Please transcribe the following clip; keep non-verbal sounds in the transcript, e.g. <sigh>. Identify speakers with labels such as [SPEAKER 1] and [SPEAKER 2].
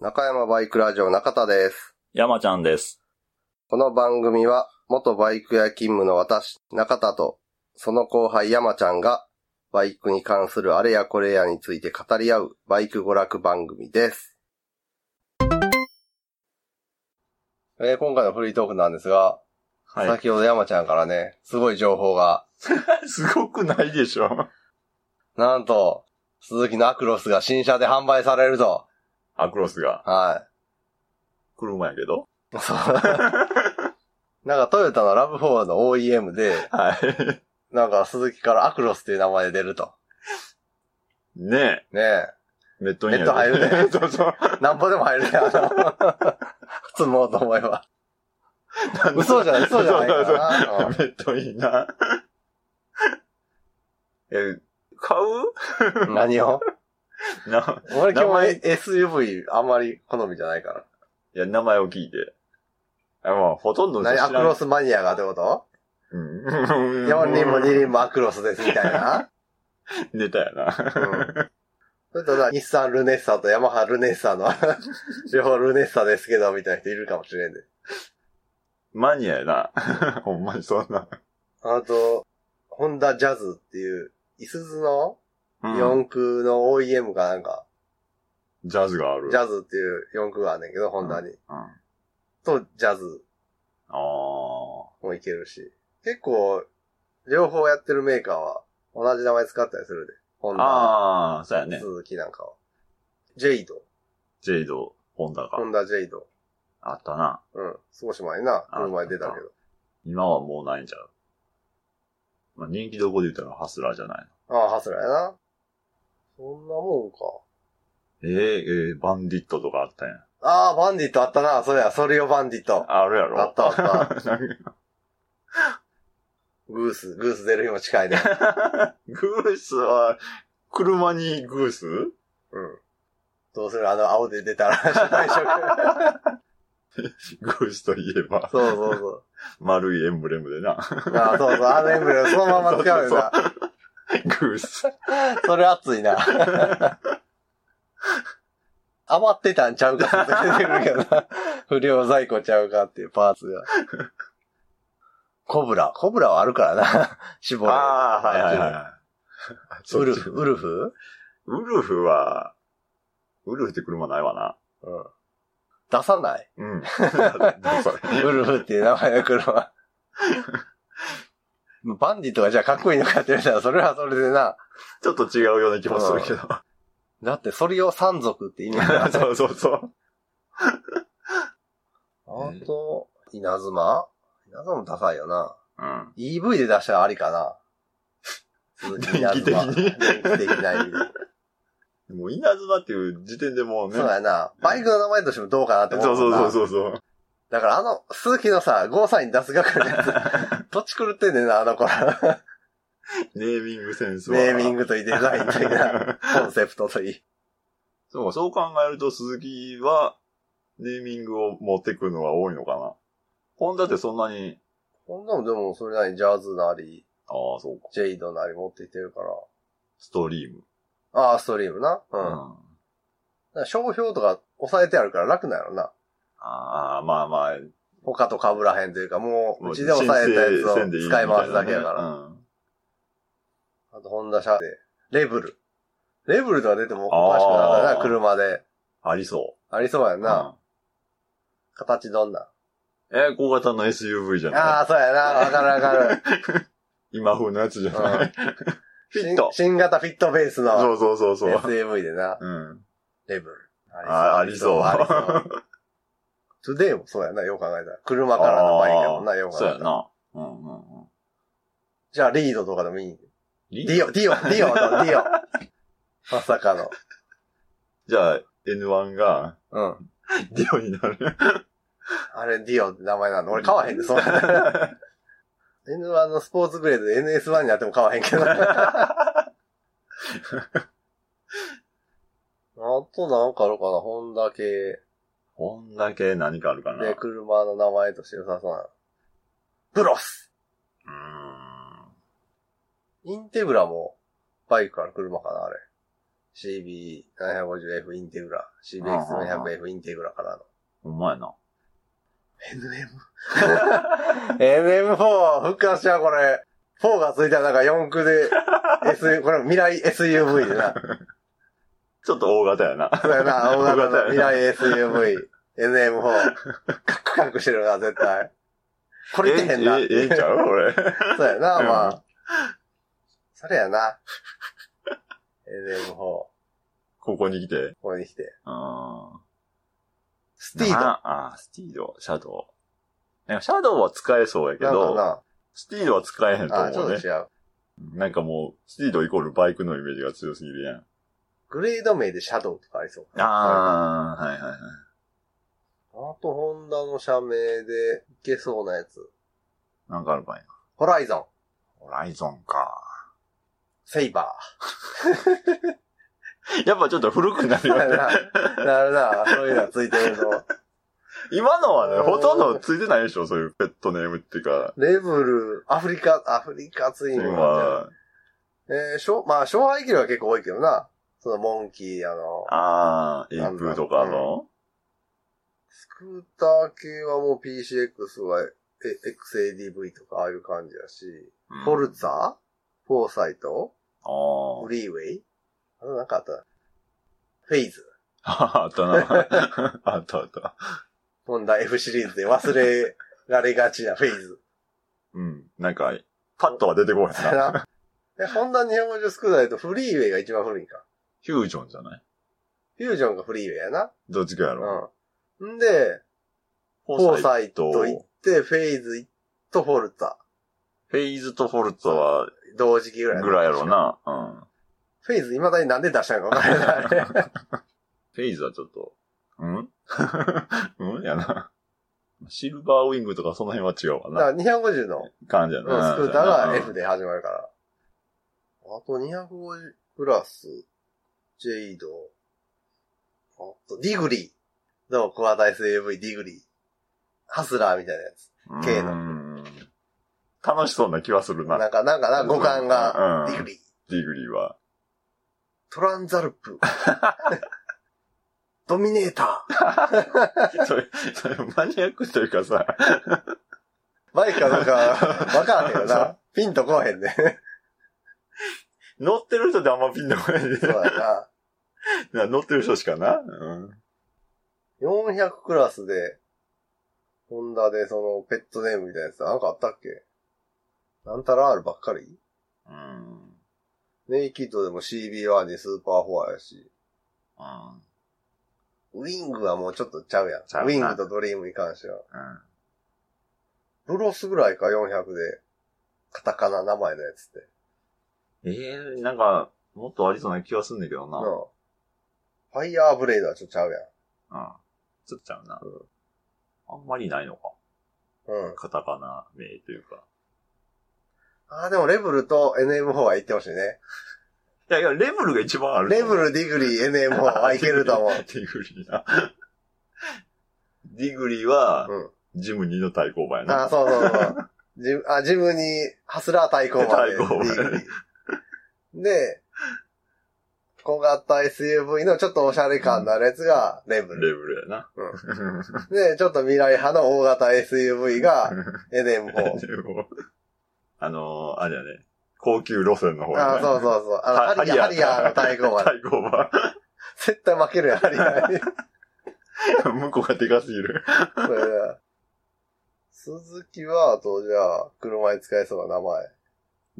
[SPEAKER 1] 中山バイクラジオ中田です。
[SPEAKER 2] 山ちゃんです。
[SPEAKER 1] この番組は、元バイク屋勤務の私、中田と、その後輩山ちゃんが、バイクに関するあれやこれやについて語り合う、バイク娯楽番組です。えー今回のフリートークなんですが、
[SPEAKER 2] は
[SPEAKER 1] 先ほど山ちゃんからね、すごい情報が、
[SPEAKER 2] い。 <laughs> すごくないでしょ
[SPEAKER 1] なんと、鈴木のアクロスが新車で販売されると。
[SPEAKER 2] アクロスが
[SPEAKER 1] は
[SPEAKER 2] 車やけど。
[SPEAKER 1] い。なんかトヨタのラブ4の OEM で、
[SPEAKER 2] <laughs> はい。
[SPEAKER 1] なんか鈴木からアクロスっていう名前で出ると。
[SPEAKER 2] ね
[SPEAKER 1] ねえ。
[SPEAKER 2] え。ネットに
[SPEAKER 1] ネット入るね
[SPEAKER 2] <laughs> そうそう。
[SPEAKER 1] なんぼでも入るね、あの。積もうと思えば。嘘じゃない嘘じゃないかな
[SPEAKER 2] そううそうそうネットいいな。 <laughs> え、買う
[SPEAKER 1] 何を
[SPEAKER 2] な
[SPEAKER 1] 俺今
[SPEAKER 2] 名前
[SPEAKER 1] 日 SUV あんまり好みじゃないか
[SPEAKER 2] いや、名前を聞いて。あ、まあ、ほとんど
[SPEAKER 1] ら。何アクロ
[SPEAKER 2] ス。
[SPEAKER 1] スマニアがってこと
[SPEAKER 2] うん。
[SPEAKER 1] ?4 人も2人もアクロスですみたいな。
[SPEAKER 2] ネタやな。
[SPEAKER 1] う
[SPEAKER 2] <laughs>
[SPEAKER 1] んそれとな、日産ルネッサとヤマハルネッサの、両方ルネッサですけど、みたいな人いるかもしれんで。
[SPEAKER 2] マニアやな。 <laughs> ほんまにそんな。
[SPEAKER 1] あと、ホンダジャズっていう、イスズの
[SPEAKER 2] うん
[SPEAKER 1] 四駆の OEM かなんか、
[SPEAKER 2] ジャズがある。
[SPEAKER 1] ジ
[SPEAKER 2] ャ
[SPEAKER 1] ャズっていう四駆があんねんけど、ホンダに。
[SPEAKER 2] うん。あ
[SPEAKER 1] と、ジャズ
[SPEAKER 2] あ。
[SPEAKER 1] もいけるし。結構、両方やってるメーカーは、同じ名前使ったりするで。ホンダ、
[SPEAKER 2] ああ、そうやね。
[SPEAKER 1] 鈴木なんかは。ジェイド。
[SPEAKER 2] ジェイド、ホンダ
[SPEAKER 1] ホ
[SPEAKER 2] が
[SPEAKER 1] ンダジェイド。
[SPEAKER 2] あったな。
[SPEAKER 1] うん。少し前にな、
[SPEAKER 2] あ
[SPEAKER 1] 車に出たけど。
[SPEAKER 2] 今はもうないんちゃう。まあ、人気どこで言ったらハスラーじゃない
[SPEAKER 1] ああ、ハスラーやな。そんなもんか。
[SPEAKER 2] の。えー、えー、バンディットとかあったやん。
[SPEAKER 1] ああ、バンディットあったな。そりゃ、ソリオバンディット。
[SPEAKER 2] あるやろ。
[SPEAKER 1] あったあった
[SPEAKER 2] なんか
[SPEAKER 1] グース、グース出る日も近い
[SPEAKER 2] <laughs>
[SPEAKER 1] ね。
[SPEAKER 2] <laughs> グースは、車にグース
[SPEAKER 1] うん。どうするあの、青で出た
[SPEAKER 2] <laughs>
[SPEAKER 1] ら、社会色。
[SPEAKER 2] グースといえば、
[SPEAKER 1] そうそうそ
[SPEAKER 2] 丸いエンブレムでな。
[SPEAKER 1] う。ああ、そうそう。あのエンブレムそのまま使うよな。
[SPEAKER 2] <laughs> グース。
[SPEAKER 1] それ熱いな。余ってたんちゃうかって出てくるけどな。不良在庫ちゃうかっていうパーツが。コブラ。コブラはあるからな。絞れ。
[SPEAKER 2] ああ、はいはいはい。
[SPEAKER 1] ウルフ、ウルフ
[SPEAKER 2] ウルフは、ウルフって車ないわな。
[SPEAKER 1] うん。出さない
[SPEAKER 2] <laughs> うん。何それ
[SPEAKER 1] ウルフっていう名前の車。バンディとかじゃあかっこいいのかって言ったら、それはそれでな。
[SPEAKER 2] <laughs> ちょっと違うような気もするけど。
[SPEAKER 1] だって、それを山賊って意味だあ
[SPEAKER 2] <laughs> そうそうそう。
[SPEAKER 1] と、稲妻稲妻もダサいよな。
[SPEAKER 2] <laughs> うん。
[SPEAKER 1] EV で出したらありかな。 <laughs> 鈴木稲妻
[SPEAKER 2] 電気的
[SPEAKER 1] 電
[SPEAKER 2] に
[SPEAKER 1] 気的な意味で。
[SPEAKER 2] もう、稲妻っていう時点でもうね。
[SPEAKER 1] そうやな。バイクの名前としてもどうかなって思
[SPEAKER 2] そううそうそう
[SPEAKER 1] う。
[SPEAKER 2] そうそう。
[SPEAKER 1] だからあの、鈴木のさ、ゴーサイン出す係のや <laughs> つ、どっち狂ってんねんな、あの子ら。
[SPEAKER 2] ネーミングセンスは。
[SPEAKER 1] ネーミン
[SPEAKER 2] グ
[SPEAKER 1] グといい、デザインといいな、 <laughs> コンセプトといい。
[SPEAKER 2] そう、そう考えると鈴木は、ネーミングを持ってくのは多いのかな。ホンダってそんなに、
[SPEAKER 1] こんなもんでもそれなりにジャズなり、
[SPEAKER 2] ああ、そうか。
[SPEAKER 1] ジェイドなり持ってきてるから。
[SPEAKER 2] ストリーム。
[SPEAKER 1] ああ、ストリームな。うん。だか
[SPEAKER 2] あ
[SPEAKER 1] ら商標とか抑えてあるから楽なんやろな。
[SPEAKER 2] あ、まあまあ。
[SPEAKER 1] 他と被らへんというか、もう、
[SPEAKER 2] も
[SPEAKER 1] うちで抑えたやつを
[SPEAKER 2] 申請せんでいいみた
[SPEAKER 1] 使い
[SPEAKER 2] なね
[SPEAKER 1] 回すだけやから。
[SPEAKER 2] うん
[SPEAKER 1] あと、ホンダ車で、レブル。レブルとか出てもおかしくない
[SPEAKER 2] あ
[SPEAKER 1] な、
[SPEAKER 2] ー
[SPEAKER 1] 車で。
[SPEAKER 2] ありそ
[SPEAKER 1] ありそうやん
[SPEAKER 2] う。
[SPEAKER 1] な。形どんな。
[SPEAKER 2] うん。え、小型の SUV じゃ
[SPEAKER 1] あ
[SPEAKER 2] な
[SPEAKER 1] あ、そうやな。わかるわかる。
[SPEAKER 2] い今風のやつじゃ
[SPEAKER 1] う
[SPEAKER 2] なんい。 <laughs> フィット。
[SPEAKER 1] 新新型フィットベース
[SPEAKER 2] そ
[SPEAKER 1] の
[SPEAKER 2] うそうそうそう。
[SPEAKER 1] SUV でな。
[SPEAKER 2] うん。
[SPEAKER 1] レブル。
[SPEAKER 2] あありそう。
[SPEAKER 1] ありそう。トゥデイもそうやな、よく考えたら。車からのバイクやもんな、よく考
[SPEAKER 2] そう
[SPEAKER 1] え
[SPEAKER 2] や
[SPEAKER 1] たら。
[SPEAKER 2] な。うんうんうん。
[SPEAKER 1] じゃあ、リードとかでもいい。
[SPEAKER 2] リ
[SPEAKER 1] ディオ、ディオ、ディオの、ディオ。まさかの。
[SPEAKER 2] じゃあ、N1 が、
[SPEAKER 1] うん。
[SPEAKER 2] ディオになる。
[SPEAKER 1] あれ、ディオって名前なの。俺買わへんで、 <laughs> そうなんだ。N1 のスポーツグレードで NS1 になっても買わへん <laughs> けど。あとなんかあるかな、ホンダ系
[SPEAKER 2] <laughs> こんだけ何かあるかな。
[SPEAKER 1] で
[SPEAKER 2] う
[SPEAKER 1] 車の名前として良さそうなの。ブロス
[SPEAKER 2] ーん。
[SPEAKER 1] インテグラもバイクから車かな、あれ。 CB750F インテグラ、CBX700F インテグラからの。
[SPEAKER 2] ほんまやな。 <laughs>
[SPEAKER 1] NM4、復活しちゃう、これ。4がついた中4駆
[SPEAKER 2] <laughs>
[SPEAKER 1] で、S、これ未来 SUV でな。
[SPEAKER 2] ちょっと大型やな。
[SPEAKER 1] そう
[SPEAKER 2] <laughs>
[SPEAKER 1] やな、大型の
[SPEAKER 2] 大
[SPEAKER 1] 未
[SPEAKER 2] 型
[SPEAKER 1] 来 SUV、NM4。カクカクしてるな、絶対。これいけへんな。
[SPEAKER 2] ええええんちゃうこれ。
[SPEAKER 1] そうやな、
[SPEAKER 2] うん
[SPEAKER 1] まあ。それやな。NM4、こ
[SPEAKER 2] ここに来て。
[SPEAKER 1] こに来て。
[SPEAKER 2] うん。
[SPEAKER 1] スティード。
[SPEAKER 2] なああ、スティード、シャドウ。なんかシャドウは使えそうやけ
[SPEAKER 1] なん
[SPEAKER 2] ど、
[SPEAKER 1] か
[SPEAKER 2] スティードは使えへんと
[SPEAKER 1] な、あ、ち
[SPEAKER 2] 思
[SPEAKER 1] ょ
[SPEAKER 2] う
[SPEAKER 1] っ
[SPEAKER 2] ね
[SPEAKER 1] と。違う。
[SPEAKER 2] なんかもう、スティードイコールバイクのイメージが強すぎるやん。
[SPEAKER 1] グレード名でシャドウとかありそう。
[SPEAKER 2] ああ、はいはいはい。
[SPEAKER 1] あと、ホンダの社名でいけそうなやつ。
[SPEAKER 2] なんかあるばいな。
[SPEAKER 1] ホライゾン、
[SPEAKER 2] ホライゾンか。
[SPEAKER 1] セイバ
[SPEAKER 2] やっぱちょっと古くなる
[SPEAKER 1] ー。
[SPEAKER 2] よ
[SPEAKER 1] な
[SPEAKER 2] ね
[SPEAKER 1] る。な、なるな、そういうのついてるの。
[SPEAKER 2] 今のはね、
[SPEAKER 1] うん
[SPEAKER 2] ほとんどついてないでしょ、そういうペットネームっていうか。
[SPEAKER 1] レブル、アフリカ、アフリカツインは。
[SPEAKER 2] 今
[SPEAKER 1] えー、しょ、まあ、勝敗機は結構多いけどな。その、モンキー、あの、
[SPEAKER 2] ああ、エイプとかの。
[SPEAKER 1] スクーター系はもう PCX は、え XADV とかああいう感じやし、
[SPEAKER 2] うん
[SPEAKER 1] フォルツァフォーサイト
[SPEAKER 2] あ
[SPEAKER 1] フリーウェイあとなんかあったなフェイズ。
[SPEAKER 2] あ。あったな。あったあった。
[SPEAKER 1] ホンダ F シリーズで忘れられがちなフェイズ。
[SPEAKER 2] うん。なんか、パッとは出てこないな。
[SPEAKER 1] な。え、ホンダ250スクーターだとフリーウェイが一番古いんか。
[SPEAKER 2] フュージョンじゃない
[SPEAKER 1] フュージョンがフリーウェイやな。
[SPEAKER 2] どっちかやろ。
[SPEAKER 1] うん。んで、
[SPEAKER 2] フ
[SPEAKER 1] フォー
[SPEAKER 2] イ
[SPEAKER 1] サイト
[SPEAKER 2] フ
[SPEAKER 1] 行って、フェイズ行って、フォルツァ。
[SPEAKER 2] ェイズとフォルツァは、
[SPEAKER 1] 同時期ぐらいな
[SPEAKER 2] ぐらいやろう。な。うん。
[SPEAKER 1] フェイズ未だになんで出したのか分から <laughs> ない。
[SPEAKER 2] フェイズはちょっと、うん <laughs> うんやな。シルバーウィングとかその辺は違うわな。
[SPEAKER 1] だから250の
[SPEAKER 2] 感じや
[SPEAKER 1] うん
[SPEAKER 2] な。
[SPEAKER 1] スクーターが
[SPEAKER 2] う
[SPEAKER 1] F
[SPEAKER 2] ん
[SPEAKER 1] で始まるから。あと250プラス、ジェイド、あとディグリーのクワダイス AV ディグリー。ハスラーみたいなやつ。
[SPEAKER 2] うん
[SPEAKER 1] K の
[SPEAKER 2] 楽しそうな気はするな。
[SPEAKER 1] なんか、なんかな、五感が
[SPEAKER 2] う、ん
[SPEAKER 1] ディグリー。
[SPEAKER 2] ディグリーは。
[SPEAKER 1] トランザルプ。ドミネーター。
[SPEAKER 2] それ、それマニアックというかさ、
[SPEAKER 1] バイクはなん
[SPEAKER 2] <laughs>
[SPEAKER 1] か、わからへんよ
[SPEAKER 2] そう
[SPEAKER 1] な。ピンとこうへんね。
[SPEAKER 2] 乗ってる人ってあんまピンとこないで
[SPEAKER 1] そうやな。
[SPEAKER 2] な乗ってる人しかな。うん。
[SPEAKER 1] 400クラスで、ホンダでそのペットネームみたいなやつなんかあったっけなんたら R ばっかり
[SPEAKER 2] うん。
[SPEAKER 1] ネイキッドでも CB1 にスーパーフォアやし、
[SPEAKER 2] うん。
[SPEAKER 1] ウィングはもうちょっとちゃうやん。
[SPEAKER 2] ちゃう
[SPEAKER 1] ウ
[SPEAKER 2] な
[SPEAKER 1] ィングとドリームに関しては。ブロスぐらいか400で、カタカナ名前のやつって。
[SPEAKER 2] ええなんか、もっとありそうな気はすんだけど
[SPEAKER 1] な
[SPEAKER 2] な。
[SPEAKER 1] あ
[SPEAKER 2] うん。
[SPEAKER 1] ファイヤーブレードはちょっとちゃうや
[SPEAKER 2] ちょっとちゃうな。あんまりないのか。
[SPEAKER 1] ん。うん。
[SPEAKER 2] カタカナ名というか。
[SPEAKER 1] ああ、でもレブルと NM4 は行ってほしいね。
[SPEAKER 2] いやいや、レブルが一番ある。
[SPEAKER 1] レブ
[SPEAKER 2] ル
[SPEAKER 1] ル、ディグリー、NM4 はいけると思う。
[SPEAKER 2] ディグリーな。ディグリーは、
[SPEAKER 1] うん。
[SPEAKER 2] ジムニーの対抗馬や
[SPEAKER 1] あ
[SPEAKER 2] な。
[SPEAKER 1] あ、そうそう <laughs> そう。ジム、あ、ジムに、ハスラー対抗まで。
[SPEAKER 2] 対抗馬
[SPEAKER 1] ディグリーで、小型 SUV のちょっとオシャレ感のあるやつがレブ
[SPEAKER 2] レ
[SPEAKER 1] ル
[SPEAKER 2] ブ。ルやな。
[SPEAKER 1] で、ちょっと未来派の大型 SUV <laughs> が NM4。
[SPEAKER 2] でもあのー、あれやね。高級路線の方
[SPEAKER 1] ああ、そう
[SPEAKER 2] う。
[SPEAKER 1] そうそう。あの、ハリア、ハリアーの対抗馬。
[SPEAKER 2] 対抗馬。
[SPEAKER 1] 絶対負けるやん、ハリアーに。
[SPEAKER 2] <laughs> 向こうがでかすぎる。
[SPEAKER 1] それで鈴木は、あと、じゃあ、車に使えそうな名前。